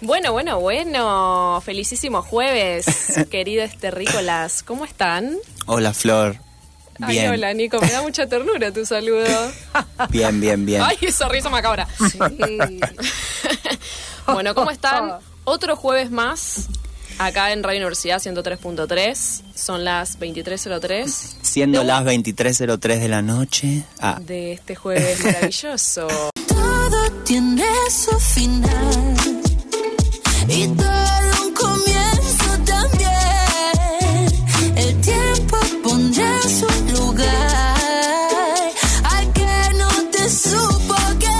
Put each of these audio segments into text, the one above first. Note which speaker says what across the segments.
Speaker 1: Bueno, bueno, bueno. Felicísimo jueves, querido Esterrícolas. ¿Cómo están?
Speaker 2: Hola, Flor.
Speaker 1: Ay,
Speaker 2: Bien.
Speaker 1: hola, Nico. Me da mucha ternura tu saludo.
Speaker 2: Bien, bien, bien.
Speaker 1: Ay, esa risa macabra. bueno, ¿cómo están? Otro jueves más. Acá en Radio Universidad 103.3. Son las 23.03
Speaker 2: Siendo las 23.03 de la noche. Ah,
Speaker 1: de este jueves maravilloso.
Speaker 3: Todo tiene su final y todo un comienzo también. El tiempo pondrá su lugar al que no te supo querer.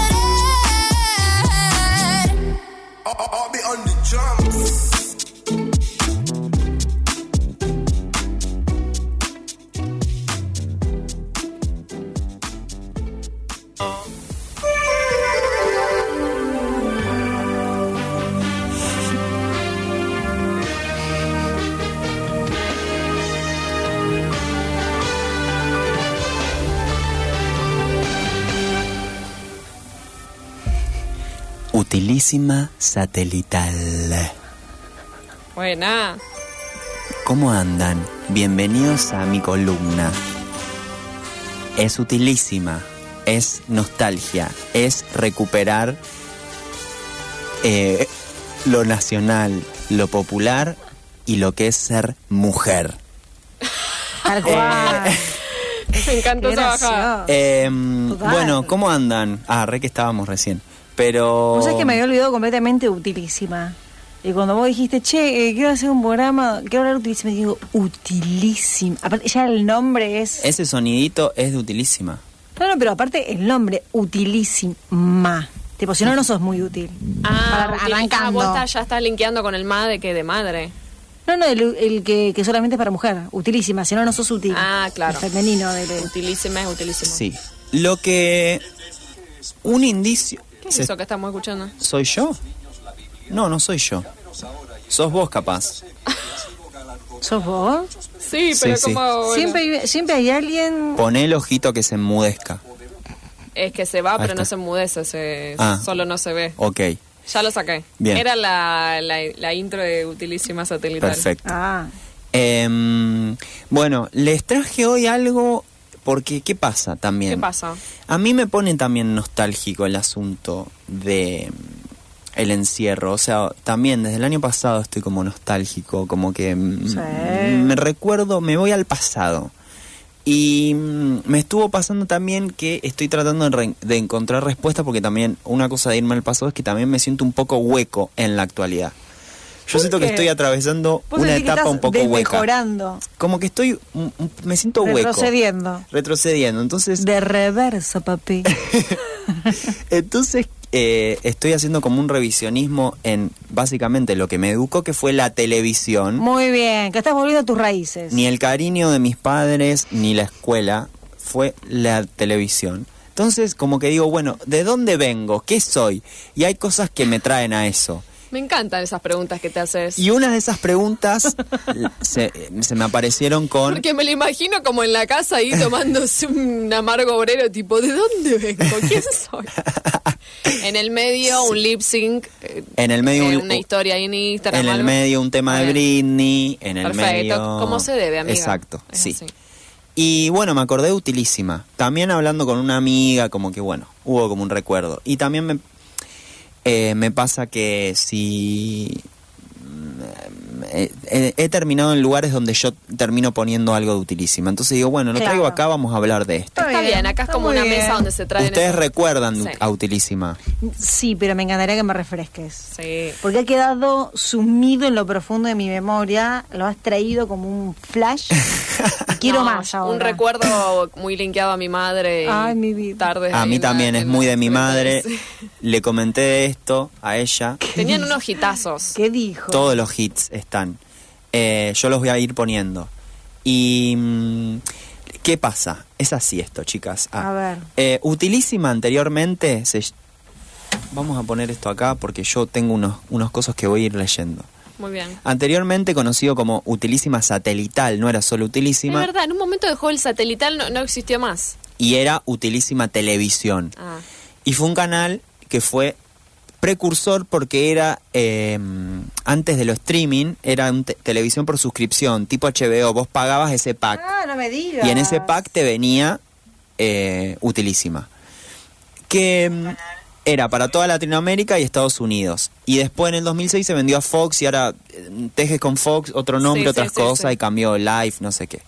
Speaker 2: utilísima satelital.
Speaker 1: Buena.
Speaker 2: ¿Cómo andan? Bienvenidos a mi columna. Es utilísima, es nostalgia, es recuperar eh, lo nacional, lo popular y lo que es ser mujer.
Speaker 1: Eh,
Speaker 4: Tal cual.
Speaker 1: Me encantó
Speaker 4: Qué
Speaker 1: trabajar.
Speaker 4: gracioso.
Speaker 2: Em,
Speaker 4: Total.
Speaker 2: bueno, ¿cómo andan? Ah, re que estábamos recién. Pero.
Speaker 4: Vos sabés que me había olvidado completamente utilísima. Y cuando vos dijiste, che, eh, quiero hacer un programa, quiero hablar utilísima, digo, utilísima. Aparte, ya el nombre es...
Speaker 1: Eh.
Speaker 2: Ese sonidito es de utilísima.
Speaker 4: No, no, pero aparte el nombre, utilísima. Tipo, si no, no sos muy útil.
Speaker 1: Ah,
Speaker 4: Para-
Speaker 1: util- ah,
Speaker 4: arrancando.
Speaker 1: vos está- ya estás linkeando con el madre que de madre.
Speaker 4: No, no, el, el que, que solamente es para mujer, utilísima, si no, no sos útil.
Speaker 1: Ah, claro.
Speaker 4: El femenino del...
Speaker 1: Utilísima es utilísima.
Speaker 2: Sí. Lo que. Un indicio.
Speaker 1: ¿Qué es
Speaker 2: Se-
Speaker 1: eso que estamos escuchando?
Speaker 2: ¿Soy yo? No, no soy yo. Sos vos capaz.
Speaker 4: ¿Sos vos?
Speaker 1: Sí,
Speaker 2: Sí,
Speaker 1: pero
Speaker 2: sí.
Speaker 1: como... bueno,
Speaker 4: Siempre, hay- siempre hay alguien...
Speaker 2: Poné el ojito que se enmudezca.
Speaker 1: Es que se va, pero no
Speaker 2: está.
Speaker 1: se enmudece, se,
Speaker 2: Ah.
Speaker 1: solo no se ve.
Speaker 2: Ok,
Speaker 1: Ya lo saqué.
Speaker 2: Bien.
Speaker 1: Era la, la- la intro de Utilísima Satelital.
Speaker 2: perfecto.
Speaker 4: Ah,
Speaker 2: Em, bueno, les traje hoy algo porque ¿qué pasa también?
Speaker 1: ¿Qué pasa?
Speaker 2: A mí me pone también nostálgico el asunto de mm, el encierro, o sea, también desde el año pasado estoy como nostálgico, como que mm,
Speaker 4: Sí.
Speaker 2: me recuerdo, me voy al pasado. Y mm, me estuvo pasando también que estoy tratando de, re- de encontrar respuestas porque también una cosa de irme al pasado es que también me siento un poco hueco en la actualidad. Yo
Speaker 4: ¿Por
Speaker 2: siento que
Speaker 4: qué?
Speaker 2: estoy atravesando
Speaker 4: vos
Speaker 2: una
Speaker 4: sentís que
Speaker 2: etapa
Speaker 4: estás
Speaker 2: un poco hueca.
Speaker 4: desmejorando,
Speaker 2: Como que estoy, mm, mm, me siento hueco.
Speaker 4: retrocediendo.
Speaker 2: Retrocediendo. Entonces,
Speaker 4: De reversa, papi.
Speaker 2: Entonces eh, estoy haciendo como un revisionismo en básicamente lo que me educó, que fue la televisión.
Speaker 4: Muy bien, que estás volviendo a tus raíces.
Speaker 2: Ni el cariño de mis padres, ni la escuela, fue la televisión. Entonces como que digo, bueno, ¿de dónde vengo? ¿Qué soy? Y hay cosas que me traen a eso.
Speaker 1: Me encantan esas preguntas que te haces.
Speaker 2: Y una de esas preguntas l- se, se me aparecieron con...
Speaker 1: Porque me lo imagino como en la casa ahí tomándose un amargo obrero, tipo, ¿de dónde vengo? ¿Quién soy? en el medio, un lip sync. eh,
Speaker 2: En el medio
Speaker 1: eh,
Speaker 2: un-
Speaker 1: una historia ahí en Instagram.
Speaker 2: En el
Speaker 1: algo.
Speaker 2: medio un tema de
Speaker 1: Bien.
Speaker 2: Britney, en el
Speaker 1: Perfecto,
Speaker 2: medio...
Speaker 1: como se debe, amiga.
Speaker 2: Exacto,
Speaker 1: Es
Speaker 2: sí.
Speaker 1: así.
Speaker 2: Y bueno, me acordé de Utilísima. También hablando con una amiga, como que bueno, hubo como un recuerdo. Y también me, eh, me pasa que si mm, eh, eh, he, terminado en lugares donde yo termino poniendo algo de Utilísima. Entonces digo, bueno, lo
Speaker 4: Claro.
Speaker 2: traigo acá, vamos a hablar de esto.
Speaker 4: Está
Speaker 1: Está
Speaker 4: bien,
Speaker 1: bien, acá es
Speaker 4: está
Speaker 1: como
Speaker 4: muy
Speaker 1: una
Speaker 4: bien.
Speaker 1: mesa donde se traen.
Speaker 2: Ustedes
Speaker 1: esos-
Speaker 2: recuerdan
Speaker 1: Sí.
Speaker 2: a Utilísima.
Speaker 4: Sí, pero me encantaría que me refresques.
Speaker 1: Sí.
Speaker 4: Porque ha quedado sumido en lo profundo de mi memoria, lo has traído como un flash. Y quiero
Speaker 1: No,
Speaker 4: más ahora.
Speaker 1: Un recuerdo muy linkeado a mi madre. y
Speaker 4: Ay, mi vida.
Speaker 1: tardes
Speaker 2: A
Speaker 1: ahí
Speaker 2: mí
Speaker 1: en la-
Speaker 2: también es
Speaker 1: en
Speaker 2: muy
Speaker 1: la-
Speaker 2: de mi madre.
Speaker 1: Sí.
Speaker 2: Le comenté de esto a ella.
Speaker 1: Tenían unos hitazos.
Speaker 4: ¿Qué dijo?
Speaker 2: Todos los hits están. Eh, yo los voy a ir poniendo. Y. mm, ¿Qué pasa? Es así esto, chicas. Ah.
Speaker 4: A ver.
Speaker 2: Eh, utilísima anteriormente. se ll- Vamos a poner esto acá porque yo tengo unos, unos cosas que voy a ir leyendo.
Speaker 1: Muy bien.
Speaker 2: Anteriormente conocido como utilísima satelital, no era solo
Speaker 1: Es
Speaker 2: utilísima.
Speaker 1: verdad, en un momento dejó el satelital, no, no existió más.
Speaker 2: Y era utilísima televisión.
Speaker 1: Ah,
Speaker 2: Y fue un canal que fue Precursor porque era, eh, antes de los streaming, era un te- televisión por suscripción, tipo HBO, vos pagabas ese pack.
Speaker 4: Ah, no me digas.
Speaker 2: Y en ese pack te venía eh, utilísima. Que mm, era para toda Latinoamérica y Estados Unidos. Y después en el 2006 se vendió a Fox y ahora eh, tejes con Fox, otro nombre,
Speaker 1: Sí, sí,
Speaker 2: otras
Speaker 1: sí,
Speaker 2: cosas
Speaker 1: sí.
Speaker 2: y cambió Life, no sé qué.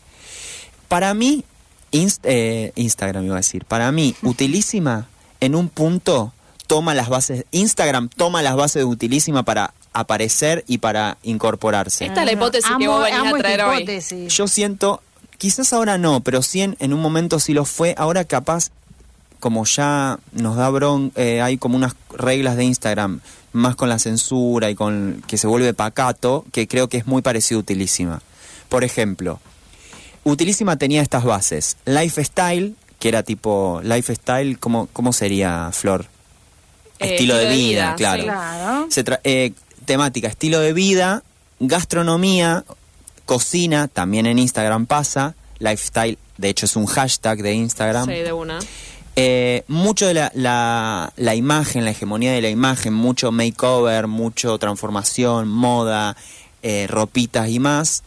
Speaker 2: Para mí, Inst- eh, Instagram iba a decir, para mí, utilísima en un punto toma las bases, Instagram toma las bases de utilísima para aparecer y para incorporarse.
Speaker 1: Esta es la hipótesis que vos venís a traer hoy.
Speaker 4: hoy.
Speaker 2: Yo siento, quizás ahora no, pero sí en, en un momento sí lo fue. Ahora capaz, como ya nos da bron, eh, hay como unas reglas de Instagram, más con la censura y con que se vuelve pacato, que creo que es muy parecido a Utilísima. Por ejemplo, Utilísima tenía estas bases. Lifestyle, que era tipo, lifestyle, ¿cómo, cómo sería, Flor?
Speaker 1: Eh,
Speaker 2: estilo de vida, claro.
Speaker 4: Claro.
Speaker 2: Se tra- eh, temática, estilo de vida, gastronomía, cocina, también en Instagram pasa, lifestyle, de hecho es un hashtag de Instagram.
Speaker 1: Sí, de una.
Speaker 2: Eh, mucho de la, la- la imagen, la hegemonía de la imagen, mucho makeover, mucho transformación, moda, eh, ropitas y más.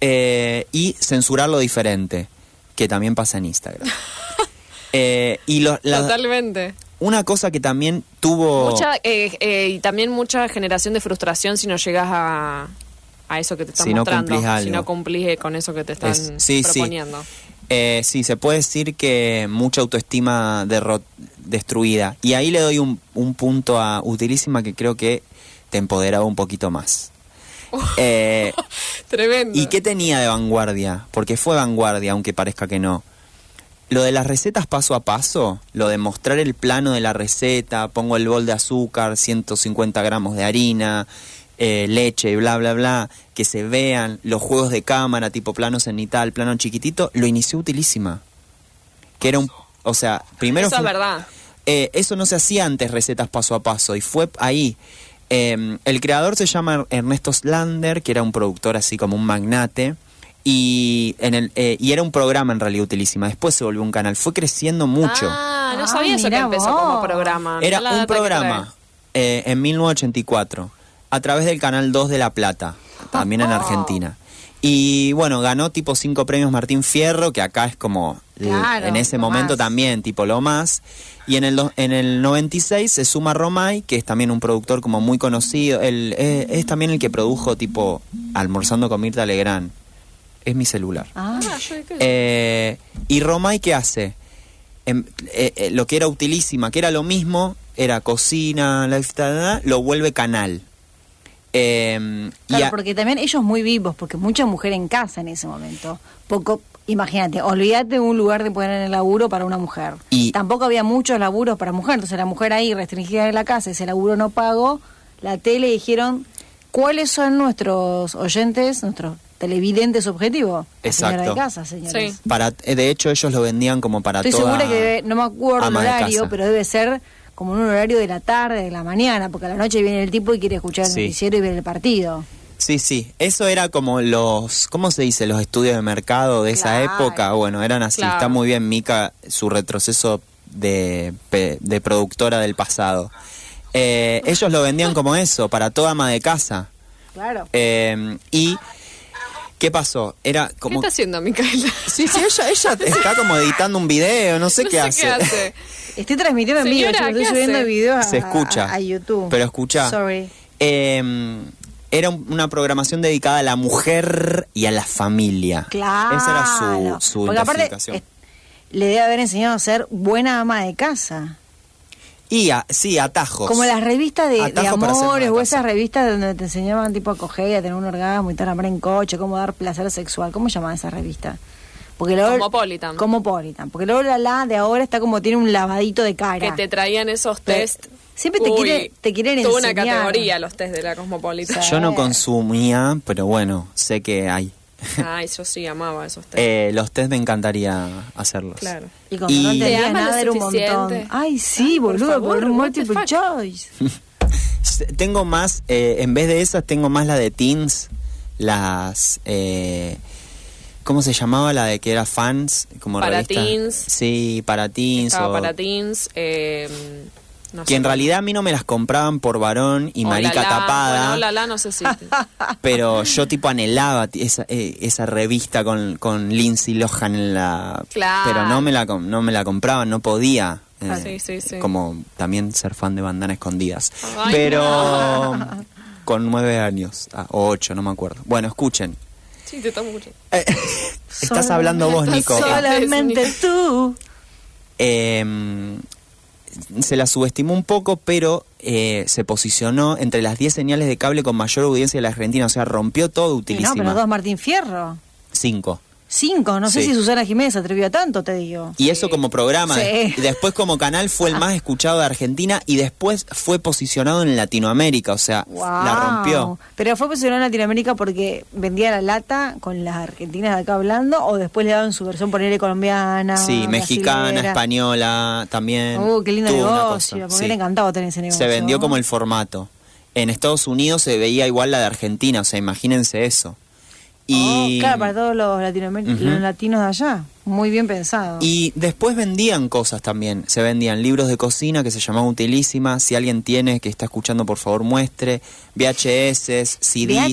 Speaker 2: Eh, y censurar lo diferente, que también pasa en Instagram. Eh, y lo- la- Oh.
Speaker 1: Totalmente.
Speaker 2: una cosa que también tuvo...
Speaker 1: Mucha, eh, eh, y también mucha generación de frustración si no llegas a, a eso que te están
Speaker 2: Si no
Speaker 1: mostrando.
Speaker 2: cumplís
Speaker 1: Si
Speaker 2: algo.
Speaker 1: no cumplís eh, con eso que te están
Speaker 2: Es- sí, sí.
Speaker 1: proponiendo.
Speaker 2: Eh, sí, se puede decir que mucha autoestima derro- destruida. Y ahí le doy un, un punto a Utilísima que creo que te empoderaba un poquito más. Eh,
Speaker 1: Tremendo.
Speaker 2: ¿Y qué tenía de vanguardia? Porque fue vanguardia, aunque parezca que no. Lo de las recetas paso a paso, lo de mostrar el plano de la receta, pongo el bol de azúcar, 150 gramos de harina, eh, leche, y bla, bla, bla, que se vean los juegos de cámara, tipo plano cenital, plano chiquitito, lo inició utilísima. Que era un... O sea, primero...
Speaker 1: Eso es
Speaker 2: fue-
Speaker 1: verdad.
Speaker 2: eh, eso no se hacía antes recetas paso a paso y fue ahí. Eh, el creador se llama Ernesto Slander, que era un productor así como un magnate. Y, en el, eh, y era un programa en realidad utilísima. Después se volvió un canal. Fue creciendo mucho.
Speaker 1: Ah, no
Speaker 4: Ah,
Speaker 1: sabía eso que
Speaker 4: mirá
Speaker 1: empezó
Speaker 4: vos.
Speaker 1: como programa. Mirá
Speaker 2: era
Speaker 1: la
Speaker 2: un
Speaker 1: data que
Speaker 2: programa eh, en 1984 a través del canal 2 de La Plata, también en Argentina. Y bueno, ganó tipo cinco premios Martín Fierro, que acá es como l-
Speaker 4: Claro,
Speaker 2: en ese
Speaker 4: lo
Speaker 2: momento
Speaker 4: más.
Speaker 2: también, tipo lo más. Y en el, do- en el 96 se suma Romay, que es también un productor como muy conocido. Él, eh, es también el que produjo tipo Almorzando con Mirta Legrand. Es mi celular.
Speaker 4: Ah,
Speaker 1: trae. Ah, yo- ¿qué?
Speaker 2: Eh, ¿Y Romay qué hace? Em, eh, eh, lo que era utilísima, que era lo mismo, era cocina, lifestyle, da, da, lo vuelve canal. Em, y
Speaker 4: claro,
Speaker 2: a-
Speaker 4: porque también ellos muy vivos, porque mucha mujer en casa en ese momento. Poco, imagínate, olvídate de un lugar de poner en el laburo para una mujer.
Speaker 2: Y-
Speaker 4: Tampoco había muchos laburos para mujer, entonces la mujer ahí restringida de la casa, ese laburo no pago, la tele dijeron, ¿cuáles son nuestros oyentes, nuestros televidentes objetivos? La señora
Speaker 2: Exacto.
Speaker 4: de casa, señores.
Speaker 1: Sí.
Speaker 2: para, eh, de hecho, ellos lo vendían como para
Speaker 4: Estoy
Speaker 2: toda
Speaker 4: segura que debe- no me acuerdo el
Speaker 2: ama de
Speaker 4: horario,
Speaker 2: casa.
Speaker 4: pero debe ser como un horario de la tarde, de la mañana, porque a la noche viene el tipo y quiere escuchar el
Speaker 2: Sí.
Speaker 4: noticiero y ver el partido.
Speaker 2: Sí, sí, eso era como los, ¿cómo se dice? Los estudios de mercado de esa
Speaker 4: Claro.
Speaker 2: época. Bueno, eran así.
Speaker 1: Claro.
Speaker 2: Está muy bien, Mica, su retroceso de, pe- de productora del pasado. Eh, ellos lo vendían como eso, para toda ama de casa.
Speaker 4: Claro.
Speaker 2: Eh, y ¿qué pasó? Era
Speaker 1: ¿Qué
Speaker 2: como
Speaker 1: está haciendo, Micaela?
Speaker 2: sí, sí, ella, ella está como editando un video, no sé,
Speaker 1: No
Speaker 2: qué, hace.
Speaker 4: Estoy transmitiendo en vivo,
Speaker 1: Señora,
Speaker 4: yo estoy
Speaker 1: ¿qué
Speaker 4: subiendo
Speaker 1: hace?
Speaker 4: videos a,
Speaker 2: Se escucha.
Speaker 4: a, a YouTube.
Speaker 2: Pero escucha.
Speaker 4: Sorry.
Speaker 2: Eh, era un- una programación dedicada a la mujer y a la familia.
Speaker 4: Claro.
Speaker 2: Esa era su, su
Speaker 4: Porque aparte,
Speaker 2: identificación.
Speaker 4: es- le debe haber enseñado a ser buena ama de casa.
Speaker 2: Y a- sí, atajos.
Speaker 4: Como las revistas de, de
Speaker 2: Atajos para ser ama de
Speaker 4: amores o
Speaker 2: casa.
Speaker 4: esas revistas donde te enseñaban tipo a coger, a tener un orgasmo y estar amar en coche, cómo dar placer sexual. ¿Cómo llamaban esa revista? Porque luego,
Speaker 1: Cosmopolitan.
Speaker 4: Cosmopolitan. Porque luego la la de ahora está como tiene un lavadito de
Speaker 1: Que
Speaker 4: cara.
Speaker 1: te traían esos
Speaker 4: Pero
Speaker 1: test.
Speaker 4: siempre te quiere- te quieren
Speaker 1: Tuvo una
Speaker 4: enseñar.
Speaker 1: categoría los test de la Cosmopolitan.
Speaker 4: Sí.
Speaker 2: Yo no consumía, pero bueno, sé que hay.
Speaker 1: Ay, yo sí amaba esos test.
Speaker 2: Eh, los test me encantaría hacerlos.
Speaker 1: Claro.
Speaker 4: Y cuando no
Speaker 1: Te
Speaker 4: entendía
Speaker 1: ama lo
Speaker 4: nada era un montón.
Speaker 1: suficiente.
Speaker 4: Ay, sí,
Speaker 1: Ay, por
Speaker 4: boludo, por,
Speaker 1: favor,
Speaker 4: un
Speaker 1: what the
Speaker 4: multiple
Speaker 1: fuck.
Speaker 4: choice.
Speaker 2: S- Tengo más, eh, en vez de esas, tengo más la de teens, las... eh, ¿Cómo se llamaba la de que era fans? Como
Speaker 1: Para
Speaker 2: revista?
Speaker 1: teens.
Speaker 2: Sí, para teens.
Speaker 1: Estaba
Speaker 2: o-
Speaker 1: para teens. eh, No
Speaker 2: que
Speaker 1: sé.
Speaker 2: en realidad a mí no me las compraban por varón y
Speaker 1: O
Speaker 2: marica
Speaker 1: la la,
Speaker 2: tapada.
Speaker 1: Bueno, la la no sé si.
Speaker 2: Pero yo tipo anhelaba ti- esa, eh, esa revista con, con Lindsay Lohan en la...
Speaker 1: Claro.
Speaker 2: Pero no me la, com- no me la compraba, no podía. eh,
Speaker 1: Ah, sí, sí, sí.
Speaker 2: Como también ser fan de bandana escondidas.
Speaker 1: Ay,
Speaker 2: pero con nueve años, ah, o ocho, no me acuerdo. Bueno, escuchen.
Speaker 1: Sí, te tomo mucho.
Speaker 2: Eh, estás hablando vos,
Speaker 1: Estás
Speaker 2: Nico.
Speaker 1: sola.
Speaker 4: Solamente tú.
Speaker 2: Eh, se la subestimó un poco, pero eh, se posicionó entre las 10 señales de cable con mayor audiencia de la Argentina. O sea, rompió todo
Speaker 4: Y no,
Speaker 2: utilísima.
Speaker 4: pero dos Martín Fierro.
Speaker 2: Cinco.
Speaker 4: Cinco. No sé
Speaker 2: Sí.
Speaker 4: si Susana Jiménez se atrevió a tanto, te digo.
Speaker 2: Y eso como programa.
Speaker 4: Sí. Ah.
Speaker 2: de- y Después como canal fue el más escuchado de Argentina y después fue posicionado en Latinoamérica. O sea, la rompió.
Speaker 4: Pero fue posicionado en Latinoamérica porque vendía la lata con las argentinas de acá hablando o después le daban su versión ponerle colombiana.
Speaker 2: sí, mexicana,
Speaker 4: brasilera. Oh,
Speaker 2: española también.
Speaker 4: Ah, Uh, qué lindo
Speaker 2: Tuvo una
Speaker 4: negocio.
Speaker 2: cosa,
Speaker 4: Me
Speaker 2: sí.
Speaker 4: hubiera encantado tener ese negocio.
Speaker 2: Se vendió como el formato. En Estados Unidos se veía igual la de Argentina, o sea, imagínense eso. Y,
Speaker 4: Oh, claro, para todos los, latinoamer-
Speaker 2: Ujú.
Speaker 4: los latinos de allá. Muy bien pensado.
Speaker 2: y después vendían cosas también. Se vendían libros de cocina que se llamaban Utilísima. Si alguien tiene que está escuchando, por favor, muestre. VHS, CDs.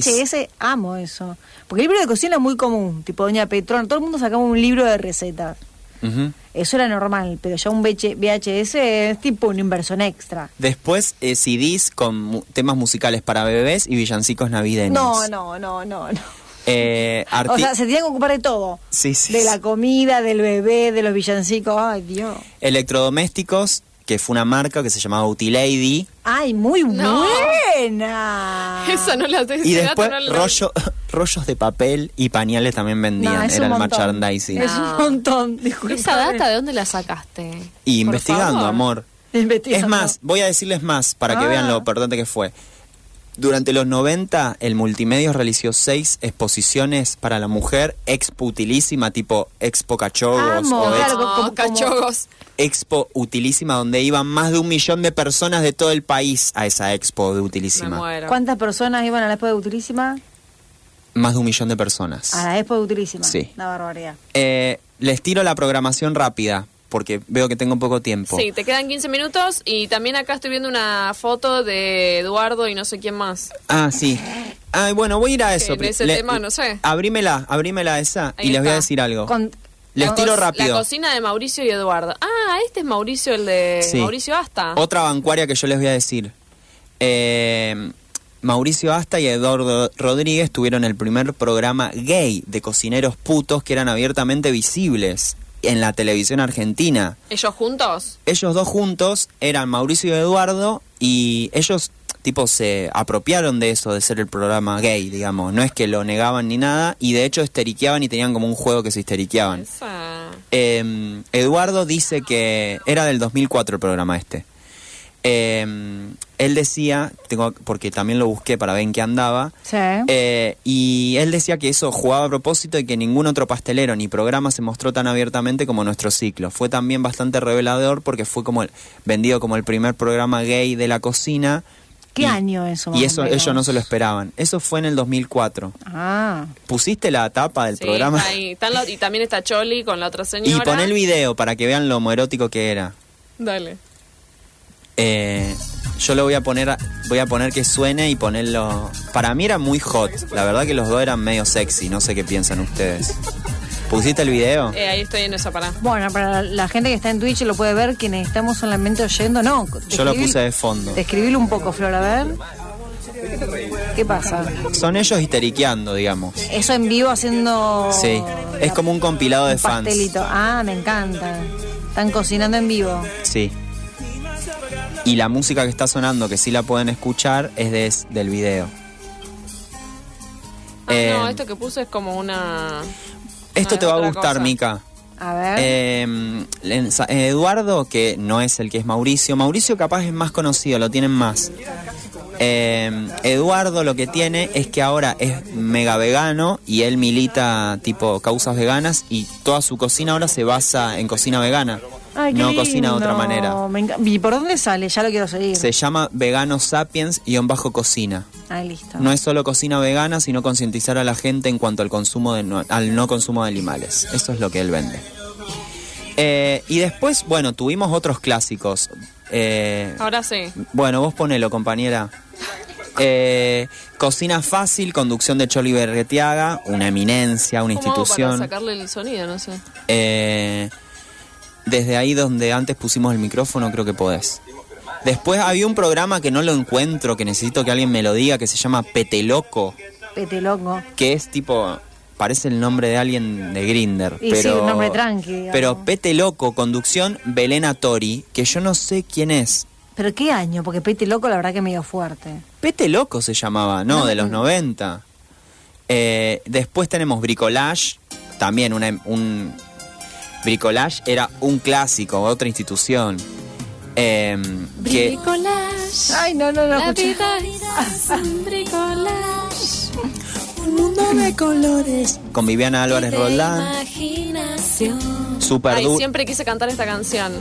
Speaker 4: VHS, amo eso. Porque el libro de cocina es muy común, tipo Doña Petrona, todo el mundo sacaba un libro de recetas.
Speaker 2: Ujú.
Speaker 4: Eso era normal, pero ya un VH VHS es tipo una inversión extra.
Speaker 2: Después eh, CDs con mu- temas musicales para bebés y villancicos navideños.
Speaker 4: No, no, no, no, no.
Speaker 2: Eh, arti-
Speaker 4: O sea, se tenían que ocupar de todo.
Speaker 2: Sí, sí,
Speaker 4: De
Speaker 2: sí.
Speaker 4: la comida, del bebé, de los villancicos. Ay, Dios.
Speaker 2: Electrodomésticos, que fue una marca que se llamaba Utilady.
Speaker 4: Ay, muy
Speaker 1: No.
Speaker 4: buena.
Speaker 1: Esa no la tengo.
Speaker 2: Y después
Speaker 1: no la-
Speaker 2: rollo- rollos de papel y pañales también vendían.
Speaker 4: No, es
Speaker 2: Era
Speaker 4: un
Speaker 2: el
Speaker 4: montón.
Speaker 2: merchandising.
Speaker 4: Es
Speaker 1: No.
Speaker 4: un montón. disculpa.
Speaker 1: ¿Esa data de dónde la sacaste?
Speaker 2: Y
Speaker 1: Por
Speaker 2: investigando,
Speaker 1: favor.
Speaker 2: amor.
Speaker 4: Investigando.
Speaker 2: Es más, voy a decirles más para que
Speaker 4: Ah.
Speaker 2: vean lo importante que fue. Durante los 90, el Multimedios realizó seis exposiciones para la mujer expo utilísima, tipo Expo Cachorros
Speaker 4: Amo,
Speaker 2: o
Speaker 4: claro,
Speaker 2: ex-
Speaker 1: No,
Speaker 4: como- como-
Speaker 1: cachogos.
Speaker 2: Expo Utilísima, donde iban más de un millón de personas de todo el país a esa Expo de
Speaker 1: Me
Speaker 2: Utilísima.
Speaker 1: muero.
Speaker 4: ¿Cuántas personas iban a la expo de Utilísima?
Speaker 2: Más de un millón de personas.
Speaker 1: Ah.
Speaker 4: A la expo de Utilísima.
Speaker 2: Sí.
Speaker 4: Una barbaridad.
Speaker 2: Eh, les tiro la programación rápida, porque veo que tengo poco tiempo.
Speaker 1: Sí, te quedan 15 minutos y también acá estoy viendo una foto de Eduardo y no sé quién más.
Speaker 2: Ah, sí. Ay, bueno, voy a ir a eso.
Speaker 1: en ese tema, no sé.
Speaker 2: Abrímela, abrímela esa
Speaker 1: Ahí
Speaker 2: y les voy a
Speaker 1: está.
Speaker 2: decir algo.
Speaker 4: Con-
Speaker 2: les tiro rápido.
Speaker 1: La cocina de Mauricio y Eduardo. Ah, este es Mauricio, el de
Speaker 2: Sí.
Speaker 1: Mauricio Asta.
Speaker 2: Otra bancuaria que yo les voy a decir. Eh, Mauricio Asta y Eduardo Rodríguez tuvieron el primer programa gay de cocineros putos que eran abiertamente visibles en la televisión argentina.
Speaker 1: ¿Ellos juntos?
Speaker 2: ellos dos juntos eran Mauricio y Eduardo y ellos tipo se apropiaron de eso de ser el programa gay, digamos, no es que lo negaban ni nada y de hecho esteriqueaban y tenían como un juego que se esteriqueaban.
Speaker 1: Esa.
Speaker 2: Eh, Eduardo dice que era del 2004 el programa este. Eh, él decía, tengo porque también lo busqué para ver en qué andaba,
Speaker 4: Sí.
Speaker 2: eh, y él decía que eso jugaba a propósito y que ningún otro pastelero ni programa se mostró tan abiertamente como nuestro ciclo. Fue también bastante revelador porque fue como el- vendido como el primer programa gay de la cocina.
Speaker 4: ¿Qué
Speaker 2: Y-
Speaker 4: año eso? más
Speaker 2: Y
Speaker 4: o
Speaker 2: eso
Speaker 4: menos?
Speaker 2: ellos no se lo esperaban. Eso fue en el 2004.
Speaker 4: Ah.
Speaker 2: Pusiste la tapa del
Speaker 1: Sí,
Speaker 2: programa
Speaker 1: está ahí. Están los- y también está Choli con la otra
Speaker 2: y
Speaker 1: señora.
Speaker 2: pon el video para que vean lo homoerótico que era.
Speaker 1: Dale.
Speaker 2: Eh, yo lo voy a poner, a- voy a poner que suene y ponerlo. Para mí era muy hot. La verdad que los dos eran medio sexy. No sé qué piensan ustedes. ¿Pusiste el video?
Speaker 1: Eh, ahí estoy en esa parada.
Speaker 4: Bueno, para la gente que está en Twitch lo puede ver, quienes estamos solamente oyendo, no.
Speaker 2: Yo lo
Speaker 4: describí-
Speaker 2: puse de fondo.
Speaker 4: Describilo un poco, Flor, a ver. ¿Qué pasa?
Speaker 2: Son ellos histeriqueando, digamos.
Speaker 4: Eso en vivo haciendo.
Speaker 2: Sí. Es como un compilado de
Speaker 4: un
Speaker 2: fans.
Speaker 4: pastelito. Ah, me encanta. Están cocinando en vivo.
Speaker 2: Sí. Y la música que está sonando, que sí la pueden escuchar, es de- del video.
Speaker 1: Ah,
Speaker 2: Eh,
Speaker 1: no, esto que puse es como una.
Speaker 2: Esto
Speaker 1: no,
Speaker 2: te
Speaker 1: es
Speaker 2: va
Speaker 1: Ah,
Speaker 2: a
Speaker 1: otra
Speaker 2: gustar,
Speaker 1: cosa.
Speaker 2: Mica.
Speaker 4: A ver.
Speaker 2: Eh, en Sa- eh, Eduardo, que no es el que es Mauricio. Mauricio capaz es más conocido, lo tienen más. Eh, Eduardo lo que tiene es que ahora es mega vegano y él milita tipo causas veganas y toda su cocina ahora se basa en cocina vegana.
Speaker 4: Ay, qué
Speaker 2: no cocina de otra
Speaker 4: lindo.
Speaker 2: manera.
Speaker 4: Me enca- ¿Y por dónde sale? Ya lo quiero seguir.
Speaker 2: Se llama Vegano Sapiens y bajo cocina.
Speaker 4: Ah, listo.
Speaker 2: No es solo cocina vegana, sino concientizar a la gente en cuanto al consumo de no- al no consumo de animales. Eso es lo que él vende. Eh, y después, bueno, tuvimos otros clásicos. Eh,
Speaker 1: Ahora sí.
Speaker 2: bueno, vos ponelo, compañera. Eh, cocina fácil, conducción de Choli Berretiaga, una eminencia, una
Speaker 1: ¿Cómo hago para
Speaker 2: institución.
Speaker 1: sacarle el sonido? No sé.
Speaker 2: Eh, desde ahí donde antes pusimos el micrófono, creo que podés. Después había un programa que no lo encuentro, que necesito que alguien me lo diga, que se llama Peteloco,
Speaker 4: Petelongo.
Speaker 2: que es tipo, parece el nombre de alguien de Grinder.
Speaker 4: Y sí,
Speaker 2: pero,
Speaker 4: un nombre tranqui, digamos.
Speaker 2: Pero Peteloco, conducción Belén Tori, que yo no sé quién es.
Speaker 4: ¿Pero qué año? Porque Pete Loco la verdad que medio fuerte.
Speaker 2: Pete Loco se llamaba, ¿no? De los 90. Eh, después tenemos Bricolage, también una- un... Bricolage era un clásico, otra institución. Eh, que,
Speaker 5: Bricolage,
Speaker 4: Ay, no, no, no.
Speaker 5: la
Speaker 4: escuché.
Speaker 5: vida es un bricolage.
Speaker 2: con Viviana Álvarez
Speaker 5: de
Speaker 2: Roldán,
Speaker 5: Imaginación.
Speaker 2: Super,
Speaker 1: Ay,
Speaker 2: du-
Speaker 1: siempre quise cantar esta canción.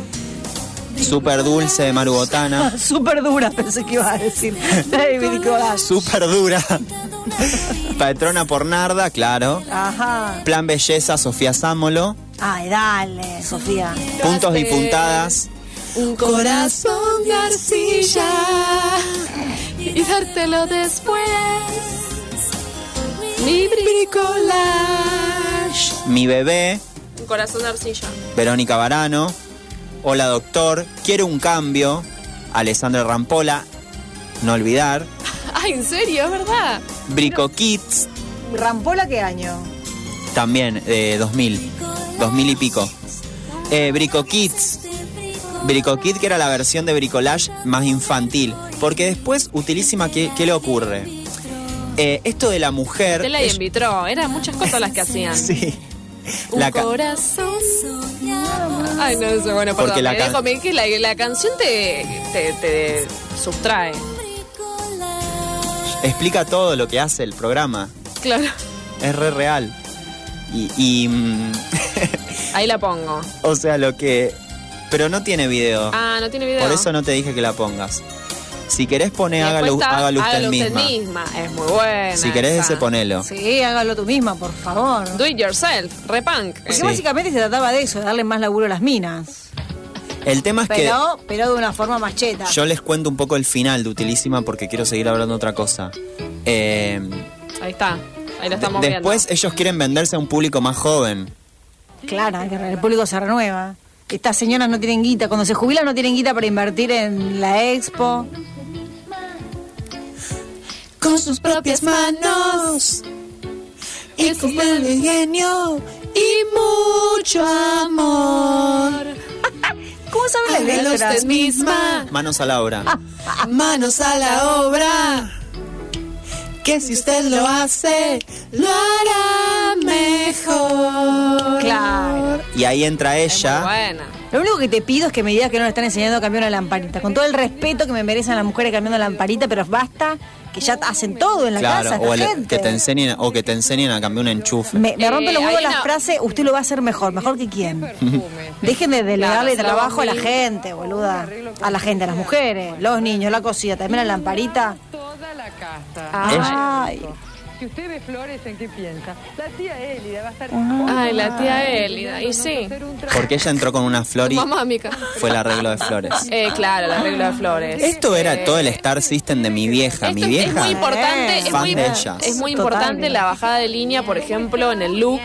Speaker 2: Super Dulce de Maru Botana,
Speaker 4: Súper dura, pensé que ibas a decir. David Nicolás.
Speaker 2: Super Dura, Patrona Pornarda, claro,
Speaker 4: Ajá.
Speaker 2: Plan Belleza, Sofía Sámolo,
Speaker 4: Ay, dale, Sofía.
Speaker 2: Puntos y Puntadas,
Speaker 1: Un corazón de arcilla y dártelo después. Mi bricolage.
Speaker 2: Mi Bebé,
Speaker 1: Un corazón de arcilla.
Speaker 2: Verónica Barano. Hola doctor, quiero un cambio. Alessandra Rampola, no olvidar.
Speaker 1: Ay, en serio, es verdad.
Speaker 2: Brico Kids,
Speaker 4: ¿Rampola qué año?
Speaker 2: también eh, de 2000, 2000 y pico. Eh, Brico Kids, Brico Kid que era la versión de Bricolage más infantil. Porque después, utilísima, ¿qué, qué le ocurre? Eh, esto de la mujer...
Speaker 1: Tela y envitró. Eran muchas cosas las que hacían.
Speaker 2: sí.
Speaker 1: Un
Speaker 2: La ca-
Speaker 1: corazón. Ay, no, eso, bueno,
Speaker 2: Porque
Speaker 1: perdón.
Speaker 2: la
Speaker 1: me
Speaker 2: can-
Speaker 1: dejo, me que la, la canción te, te, te sustrae.
Speaker 2: explica todo lo que hace el programa.
Speaker 1: Claro.
Speaker 2: Es re real. Y... y, mm,
Speaker 1: Ahí la pongo.
Speaker 2: O sea, lo que. Pero no tiene video.
Speaker 1: Ah, no tiene video.
Speaker 2: Por eso no te dije que la pongas. Si querés
Speaker 1: Y
Speaker 2: poner,
Speaker 1: después
Speaker 2: hágalo,
Speaker 1: está,
Speaker 2: hágalo usted
Speaker 1: Hágalo
Speaker 2: misma.
Speaker 1: Es muy buena.
Speaker 2: Si querés,
Speaker 1: esa.
Speaker 2: ese ponelo.
Speaker 4: Sí, hágalo tú misma, por favor.
Speaker 1: Do it yourself, repunk.
Speaker 4: Porque
Speaker 2: Sí.
Speaker 4: básicamente se trataba de eso, de darle más laburo a las minas.
Speaker 2: El tema es
Speaker 4: Pero, pero de una forma más cheta.
Speaker 2: que yo les cuento un poco el final de Utilísima porque quiero seguir hablando otra cosa. Eh,
Speaker 1: Ahí está. Ahí lo estamos
Speaker 2: de-
Speaker 1: viendo.
Speaker 2: después ellos quieren venderse a un público más joven.
Speaker 4: Claro, hay que re- el público se renueva. Estas señoras no tienen guita. Cuando se jubilan no tienen guita para invertir en la expo.
Speaker 2: Con sus propias manos y con ingenio y mucho amor.
Speaker 4: ¿Cómo saben las
Speaker 1: Hágalo
Speaker 4: letras?
Speaker 1: usted misma.
Speaker 2: Manos a la obra.
Speaker 1: Ah. Manos a la obra.
Speaker 2: que si usted lo hace,
Speaker 1: Lo hará mejor.
Speaker 4: Claro.
Speaker 2: Y ahí entra
Speaker 1: Es
Speaker 2: ella.
Speaker 1: muy buena.
Speaker 4: Lo único que te pido es que me digas que no le están enseñando a cambiar una lamparita. Con todo el respeto que me merecen las mujeres cambiando la lamparita, pero basta que ya hacen todo en la
Speaker 2: claro,
Speaker 4: casa. esta
Speaker 2: o, el-
Speaker 4: gente.
Speaker 2: que te enseñen, o que te enseñen a cambiar un enchufe.
Speaker 4: Me, me
Speaker 1: Eh,
Speaker 4: rompe los
Speaker 1: hay
Speaker 4: huevos las
Speaker 1: una-
Speaker 4: frases, usted lo va a hacer mejor, mejor que quién. Dejen de delegarle
Speaker 1: Claro,
Speaker 4: trabajo a la
Speaker 1: mil-
Speaker 4: gente, boluda. A la gente, a las mujeres, los niños, la cosita, también la lamparita.
Speaker 6: Toda la casta.
Speaker 4: Ay,
Speaker 6: Si usted ve flores, ¿en qué piensa? La tía Elida va a estar...
Speaker 1: Ay, la tía Elida. Y sí.
Speaker 2: Porque ella entró con una flor y
Speaker 1: Mamá, mica.
Speaker 2: fue el arreglo de flores.
Speaker 1: Eh, claro, la regla de flores.
Speaker 2: Esto era
Speaker 1: Eh,
Speaker 2: todo el Star System de mi vieja.
Speaker 1: Esto
Speaker 2: mi
Speaker 1: es- Es
Speaker 2: vieja.
Speaker 1: muy importante, es
Speaker 2: Fan
Speaker 1: muy,
Speaker 2: de ellas.
Speaker 1: es muy
Speaker 4: Total.
Speaker 1: importante la bajada de línea, por ejemplo, en el look,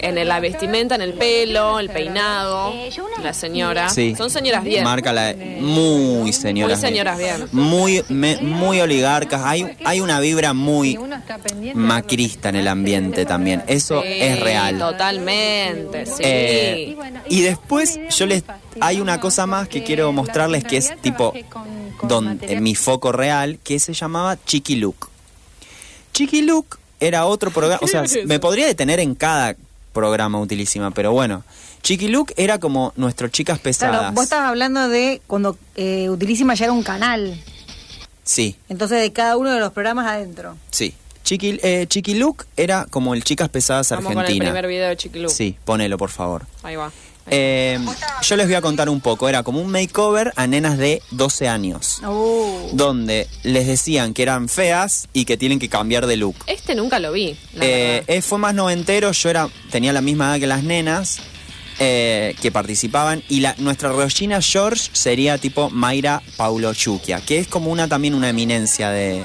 Speaker 1: en la vestimenta, en el pelo, el peinado, la señora.
Speaker 2: Sí.
Speaker 1: Son señoras bien.
Speaker 2: Marca la muy señoras.
Speaker 1: Muy señoras bien.
Speaker 2: Muy, me- muy oligarcas. Hay, hay una vibra muy macrista en el ambiente también. Eso
Speaker 1: Sí,
Speaker 2: es real.
Speaker 1: Totalmente, sí.
Speaker 2: Eh, y después yo les hay una cosa más que quiero mostrarles que es tipo donde mi foco real que se llamaba Chiqui Look. Chiqui Look era otro programa, o sea, me podría detener en cada programa utilísima, pero bueno, Chiqui Look era como nuestro chicas pesadas.
Speaker 4: claro, vos estabas hablando de cuando eh, Utilísima ya era un canal,
Speaker 2: Sí,
Speaker 4: entonces de cada uno de los programas adentro.
Speaker 2: sí. Chiqui, eh, Chiqui Look era como el chicas pesadas
Speaker 1: Vamos
Speaker 2: argentina.
Speaker 1: con el primer video de Chiquilu.
Speaker 2: Sí, ponelo por favor.
Speaker 1: Ahí va.
Speaker 2: Eh, yo les voy a contar un poco. Era como un makeover a nenas de 12 años.
Speaker 4: Uh,
Speaker 2: donde les decían que eran feas y que tienen que cambiar de look.
Speaker 1: Este nunca lo vi. la
Speaker 2: Eh,
Speaker 1: verdad.
Speaker 2: eh, fue más noventero, yo era, tenía la misma edad que las nenas. eh, que participaban. Y la, nuestra Regina George sería tipo Mayra Paulochuquia, que es como una también una eminencia de.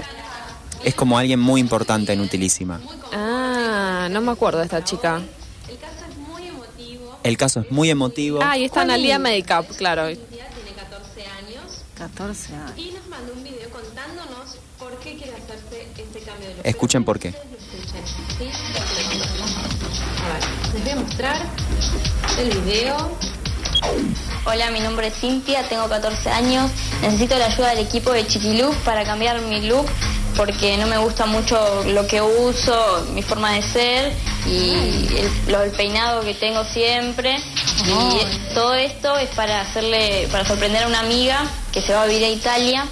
Speaker 2: Es como alguien muy importante en Utilísima.
Speaker 1: Ah, no me acuerdo de esta chica.
Speaker 2: El caso es muy emotivo.
Speaker 1: Ah, y está
Speaker 4: ¿Cuál?
Speaker 1: Analia Medicap, claro.
Speaker 4: 14 años.
Speaker 2: Escuchen por qué.
Speaker 7: Les voy a mostrar el video. Hola, mi nombre es Cintia, tengo 14 años. Necesito la ayuda del equipo de Chiquilook para cambiar mi look porque no me gusta mucho lo que uso, mi forma de ser y el, lo- el peinado que tengo siempre. Y todo esto es para hacerle, para sorprender a una amiga que se va a vivir a Italia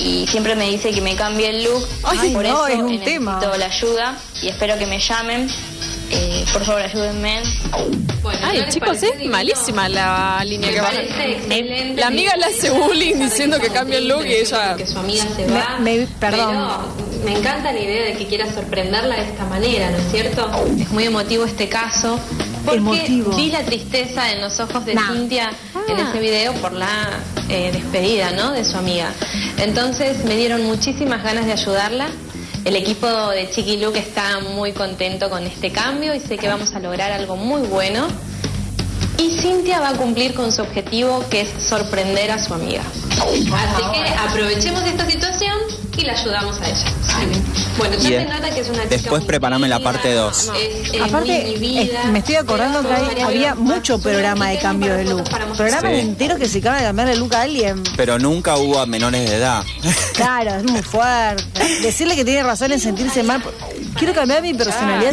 Speaker 7: y siempre me dice que me cambie el look.
Speaker 4: Ay,
Speaker 7: por
Speaker 4: no,
Speaker 7: eso
Speaker 4: es un
Speaker 7: necesito
Speaker 4: tema.
Speaker 7: la ayuda y espero que me llamen. Eh, por favor, ayúdenme.
Speaker 1: Ay, chicos, es malísima la línea que va. La amiga le hace bullying diciendo que cambia el look y ella.
Speaker 4: este
Speaker 8: Que su amiga se
Speaker 4: Me-
Speaker 8: va.
Speaker 4: me- perdón.
Speaker 8: Pero me encanta la idea de que quiera sorprenderla de esta manera, ¿no es cierto? Es muy emotivo este caso. Porque
Speaker 4: Emotivo.
Speaker 8: vi la tristeza en los ojos de
Speaker 4: Nah.
Speaker 8: Cintia en
Speaker 1: Ah.
Speaker 8: ese video por la eh, despedida, ¿no? De su amiga. Entonces me dieron muchísimas ganas de ayudarla. El equipo de Chiqui Luke está muy contento con este cambio y sé que vamos a lograr algo muy bueno. Y Cintia va a cumplir con su objetivo, que es sorprender a su amiga. Así que aprovechemos esta situación y la ayudamos a ella. Bueno, ya
Speaker 2: Y
Speaker 8: se
Speaker 2: es-
Speaker 8: nota que es una chica
Speaker 2: después
Speaker 8: muy
Speaker 2: preparame la
Speaker 8: tímida,
Speaker 2: parte dos.
Speaker 8: no, es- es muy
Speaker 4: Aparte,
Speaker 8: inhibida,
Speaker 4: es- me estoy acordando que
Speaker 8: pero
Speaker 4: hay-
Speaker 8: varias
Speaker 4: había
Speaker 8: veces más.
Speaker 4: mucho programa de
Speaker 8: Solamente
Speaker 4: cambio de
Speaker 8: tenemos
Speaker 4: look.
Speaker 8: para nosotros.
Speaker 4: Programas
Speaker 2: Sí.
Speaker 4: enteros que se acaban de cambiar de look a alguien.
Speaker 2: Pero nunca hubo a menores de edad.
Speaker 4: Claro, es muy fuerte. Decirle que tiene razón en sentirse mal. por- Quiero cambiar mi personalidad.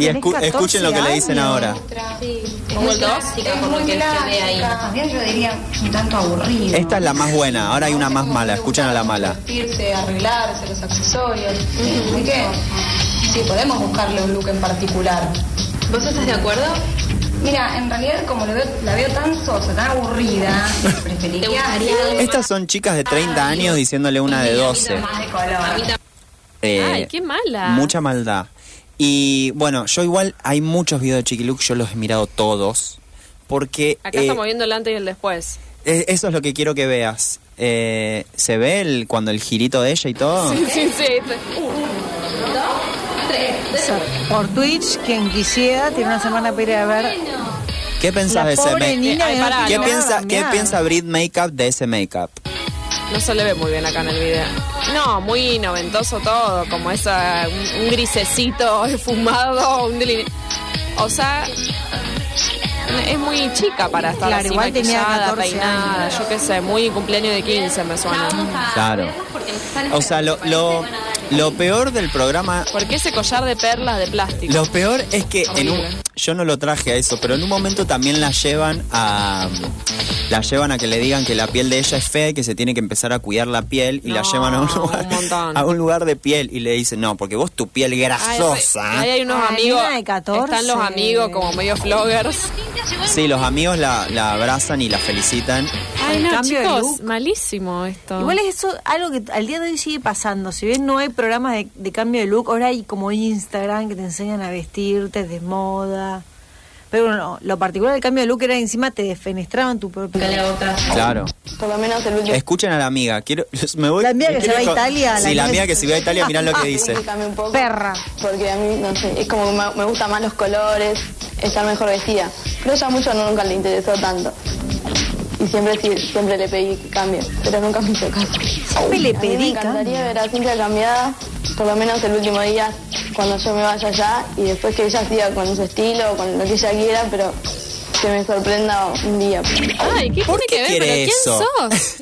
Speaker 2: Y
Speaker 4: tenés
Speaker 2: escu-
Speaker 4: 14
Speaker 2: escuchen lo que le dicen
Speaker 4: años.
Speaker 2: ahora.
Speaker 8: Es muy clásica, por lo que se ve ahí.
Speaker 7: También yo diría un tanto aburrido.
Speaker 2: Esta es la más buena, ahora hay una más mala. Escuchen a la mala.
Speaker 7: Vestirse, arreglarse, los accesorios. Así que sí, podemos buscarle un look en particular.
Speaker 8: ¿Vos estás de acuerdo?
Speaker 7: Mira, en realidad como lo veo- la veo tan sosa, tan aburrida,
Speaker 8: ¿Te
Speaker 7: preferiría
Speaker 8: gustaría algo
Speaker 2: Estas son chicas de 30 años diciéndole una de 12.
Speaker 7: más de color.
Speaker 2: Eh,
Speaker 1: Ay, qué mala.
Speaker 2: Mucha maldad. Y bueno, yo igual hay muchos videos de Chiquiluc, yo los he mirado todos. Porque
Speaker 1: Acá
Speaker 2: eh,
Speaker 1: estamos viendo el antes y el después.
Speaker 2: eh, eso es lo que quiero que veas. Eh, ¿Se ve el, cuando el girito de ella y todo?
Speaker 1: Sí, sí, sí.
Speaker 4: O sea, por Twitch, quien quisiera, tiene una semana para ir a ver.
Speaker 2: ¿Qué pensás de
Speaker 4: la
Speaker 2: ese
Speaker 4: pobre
Speaker 2: make-
Speaker 4: niña
Speaker 1: Ay,
Speaker 4: que no
Speaker 1: pará,
Speaker 2: ¿Qué
Speaker 4: tiene
Speaker 1: no.
Speaker 4: nada
Speaker 2: piensa, ¿Qué
Speaker 4: cambiado.
Speaker 2: piensa Brit Makeup de ese makeup?
Speaker 1: No se le ve muy bien acá en el video. No, muy noventoso todo, como esa, un, un grisecito fumado, un deline... O sea, es muy chica para estar
Speaker 4: Claro,
Speaker 1: así
Speaker 4: igual tenía
Speaker 1: maquillada,
Speaker 4: 14
Speaker 1: peinada,
Speaker 4: años.
Speaker 1: yo qué sé, muy cumpleaños de 15 me suena.
Speaker 2: Claro. O sea, lo, lo, lo peor del programa
Speaker 1: ¿Por qué ese collar de perlas de plástico?
Speaker 2: Lo peor es que en un,
Speaker 1: Horrible.
Speaker 2: yo no lo traje a eso, pero en un momento también la llevan a la llevan a que le digan que la piel de ella es fea y que se tiene que empezar a cuidar la piel y la
Speaker 1: No,
Speaker 2: llevan a un
Speaker 1: un
Speaker 2: lugar
Speaker 1: montón.
Speaker 2: a un lugar de piel y le dicen, "No, porque vos tu piel
Speaker 1: Ay,
Speaker 2: grasosa."
Speaker 1: Ah, ahí hay unos
Speaker 4: Ah,
Speaker 1: amigos.
Speaker 4: nena de 14.
Speaker 1: Están los amigos como medio floggers.
Speaker 2: sí, los amigos la, la abrazan y la felicitan.
Speaker 1: Ay,
Speaker 4: El
Speaker 1: no,
Speaker 4: cambio de
Speaker 1: chicos,
Speaker 4: look.
Speaker 1: malísimo esto.
Speaker 4: Igual es eso algo que al día de hoy sigue pasando. Si bien no hay programas de, de cambio de look, ahora hay como Instagram que te enseñan a vestirte de moda. Pero bueno, lo particular del cambio de look era que encima te defenestraban tu propio.
Speaker 2: Claro.
Speaker 7: Por lo menos el último
Speaker 2: Escuchen a la amiga. Quiero me voy
Speaker 4: La amiga
Speaker 2: me
Speaker 4: que se
Speaker 2: quiero
Speaker 4: va a
Speaker 2: ir con-
Speaker 4: Italia, la
Speaker 2: Sí, la
Speaker 4: que-
Speaker 2: amiga que se va a Italia, mirá lo que dice.
Speaker 7: cambia un poco.
Speaker 4: Perra.
Speaker 7: Porque a mí, no sé, es como que me, me gustan más los colores, estar mejor vestida. Pero ella mucho no, nunca le interesó tanto. Y siempre sí, siempre le pedí que cambie, pero nunca me hizo caso.
Speaker 4: Siempre le
Speaker 7: A mí me
Speaker 4: pedí
Speaker 7: encantaría
Speaker 4: cambio.
Speaker 7: ver a Cintia cambiada, por lo menos el último día, cuando yo me vaya allá, y después que ella siga con su estilo, con lo que ella quiera, pero que me sorprenda un día.
Speaker 1: Ay, ¿qué
Speaker 2: ¿Por
Speaker 1: tiene
Speaker 2: qué
Speaker 1: que ver? ¿Pero
Speaker 2: quiere
Speaker 1: quién
Speaker 2: eso?
Speaker 1: sos?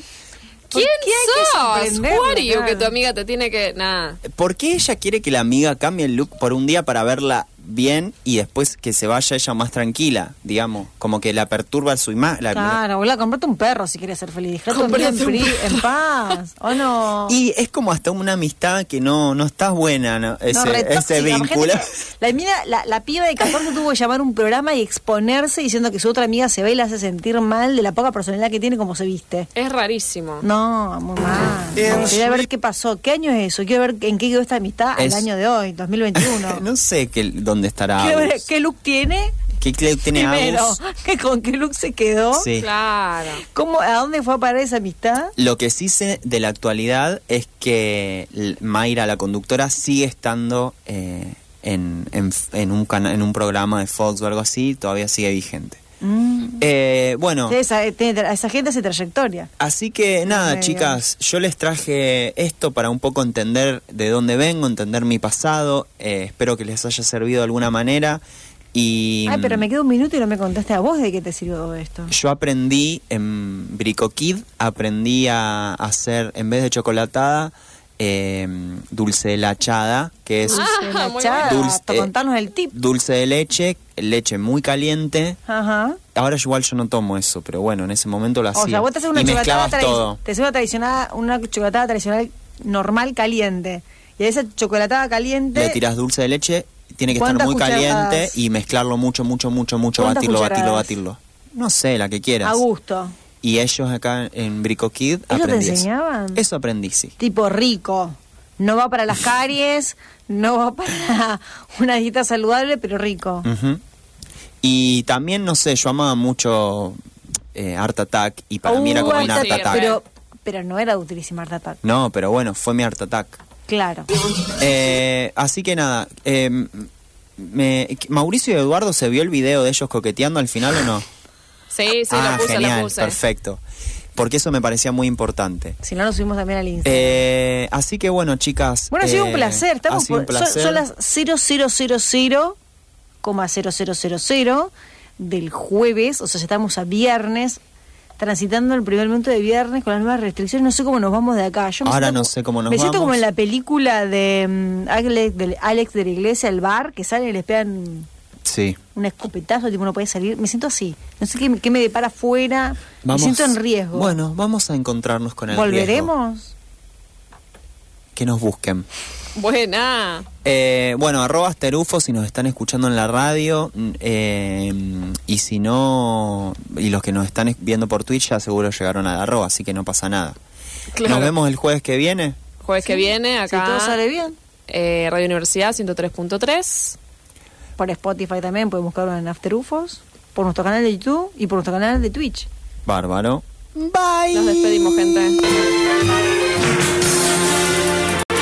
Speaker 1: ¿Quién
Speaker 4: qué hay que
Speaker 1: sos?
Speaker 4: sorprenderlo,
Speaker 1: Who are you
Speaker 4: claro?
Speaker 1: que tu amiga te tiene que. Nada.
Speaker 2: ¿Por qué ella quiere que la amiga cambie el look por un día para verla bien y después que se vaya ella más tranquila, digamos? Como que la perturba su imagen.
Speaker 4: Claro, boluda, comprate un perro si quieres ser feliz. Dejá a tu amiga en,
Speaker 1: Comprate un
Speaker 4: fri-
Speaker 1: perro.
Speaker 4: en paz. ¿O no?
Speaker 2: Y es como hasta una amistad que no, no está buena, ¿no?
Speaker 4: No,
Speaker 2: Ese,
Speaker 4: re tóxica,
Speaker 2: ese
Speaker 4: imagínate
Speaker 2: vínculo.
Speaker 4: que La, mina- la, la piba de 14 tuvo que llamar a un programa y exponerse diciendo que su otra amiga se ve y la hace sentir mal de la poca personalidad que tiene como se viste.
Speaker 1: Es rarísimo.
Speaker 4: No, muy mal. Quería ver qué pasó. ¿Qué año es eso? Quiero ver en qué quedó esta amistad al
Speaker 2: Es-
Speaker 4: año de hoy, 2021.
Speaker 2: no sé qué, dónde estará.
Speaker 4: Quiero ver
Speaker 2: Agus.
Speaker 4: qué look tiene
Speaker 2: ¿Qué Cleo tiene
Speaker 4: Primero,
Speaker 2: Agus?
Speaker 4: que con qué look se quedó.
Speaker 2: Sí.
Speaker 1: Claro.
Speaker 4: ¿Cómo, ¿A dónde fue a parar esa amistad?
Speaker 2: Lo que sí sé de la actualidad es que l- Mayra, la conductora, sigue estando eh, en, en f- en un cana- en un programa de Fox o algo así, todavía sigue vigente.
Speaker 4: Mm.
Speaker 2: Eh, bueno,
Speaker 4: Ustedes, a, tiene tra- a esa gente hace trayectoria.
Speaker 2: así que nada,
Speaker 4: medios.
Speaker 2: chicas, yo les traje esto para un poco entender de dónde vengo, entender mi pasado. eh, espero que les haya servido de alguna manera. Y
Speaker 4: Ay, pero me quedó un minuto y no me contaste a vos de qué te sirvió todo esto.
Speaker 2: Yo aprendí en Brico Kid, aprendí a hacer, en vez de chocolatada, eh, dulce de lachada, que es
Speaker 4: Dulce,
Speaker 1: Ah, muy
Speaker 4: lachada,
Speaker 2: bueno. Dulce,
Speaker 4: to-
Speaker 2: eh,
Speaker 4: contanos el tip.
Speaker 2: dulce de leche, leche muy caliente.
Speaker 4: Ajá.
Speaker 2: Ahora igual yo no tomo eso, pero bueno, en ese momento lo hacía.
Speaker 4: O sea, vos te haces una
Speaker 2: y
Speaker 4: chocolatada,
Speaker 2: mezclabas
Speaker 4: tradi-
Speaker 2: todo.
Speaker 4: te haces una, tradicionada- una chocolatada tradicional normal caliente. Y a esa chocolatada caliente.
Speaker 2: Le tirás dulce de leche, tiene que estar
Speaker 4: ¿Cuántas
Speaker 2: muy caliente
Speaker 4: cucharadas?
Speaker 2: y mezclarlo mucho, mucho, mucho, mucho,
Speaker 4: ¿Cuántas
Speaker 2: batirlo, batirlo,
Speaker 4: cucharadas?
Speaker 2: batirlo. No sé, la que quieras.
Speaker 4: A gusto.
Speaker 2: Y ellos acá en Brico Kid
Speaker 4: te
Speaker 2: aprendí eso.
Speaker 4: enseñaban?
Speaker 2: Eso aprendí, sí.
Speaker 4: Tipo rico. No va para las caries, no va para una dieta saludable, pero rico.
Speaker 2: Ujú. Y también, no sé, yo amaba mucho eh, Art Attack y para mí era como
Speaker 4: Uh,
Speaker 2: un
Speaker 1: Art
Speaker 2: Art
Speaker 1: Attack,
Speaker 2: Attack.
Speaker 4: Pero, pero no era utilísima Art Attack.
Speaker 2: No, pero bueno, fue mi Art Attack.
Speaker 4: Claro.
Speaker 2: Eh, así que nada, eh, me- Mauricio y Eduardo, ¿se vio el video de ellos coqueteando al final o no?
Speaker 1: Sí, sí,
Speaker 2: ah,
Speaker 1: lo puse,
Speaker 2: genial,
Speaker 1: lo puse.
Speaker 2: perfecto. Porque eso me parecía muy importante.
Speaker 4: Si no, nos subimos también al Instagram.
Speaker 2: Eh, así que bueno, chicas.
Speaker 4: bueno, ha sido un
Speaker 2: eh,
Speaker 4: placer. Estamos
Speaker 2: ha sido un
Speaker 4: por- son-
Speaker 2: placer.
Speaker 4: Son, las 0000,0000 del jueves. O sea, ya estamos a viernes. Transitando el primer momento de viernes con las nuevas restricciones. No sé cómo nos vamos de acá. Yo me
Speaker 2: Ahora
Speaker 4: siento
Speaker 2: no
Speaker 4: co-
Speaker 2: sé cómo nos
Speaker 4: Me siento como
Speaker 2: vamos.
Speaker 4: en la película de mm, Alex, de Alex de la Iglesia, el bar, que sale y les pegan
Speaker 2: Sí.
Speaker 4: un escopetazo, tipo, no puede salir. Me siento así. No sé qué, me- qué me depara afuera.
Speaker 2: Vamos,
Speaker 4: me siento en riesgo.
Speaker 2: Bueno, vamos a encontrarnos con el riesgo.
Speaker 4: ¿Volveremos?
Speaker 2: Que nos busquen.
Speaker 1: Buena.
Speaker 2: Eh, bueno, arroba asterufo si nos están escuchando en la radio. mm, eh, y si no, y los que nos están es- viendo por Twitch ya seguro llegaron al arroba, así que no pasa nada.
Speaker 1: Claro.
Speaker 2: Nos vemos el jueves que viene.
Speaker 1: Jueves que viene, acá.
Speaker 4: Si todo sale bien.
Speaker 1: eh, Radio Universidad 103.3.
Speaker 4: Por Spotify también pueden buscarlo en After UFOs, por nuestro canal de YouTube y por nuestro canal de Twitch.
Speaker 2: Bárbaro.
Speaker 1: Nos despedimos, gente.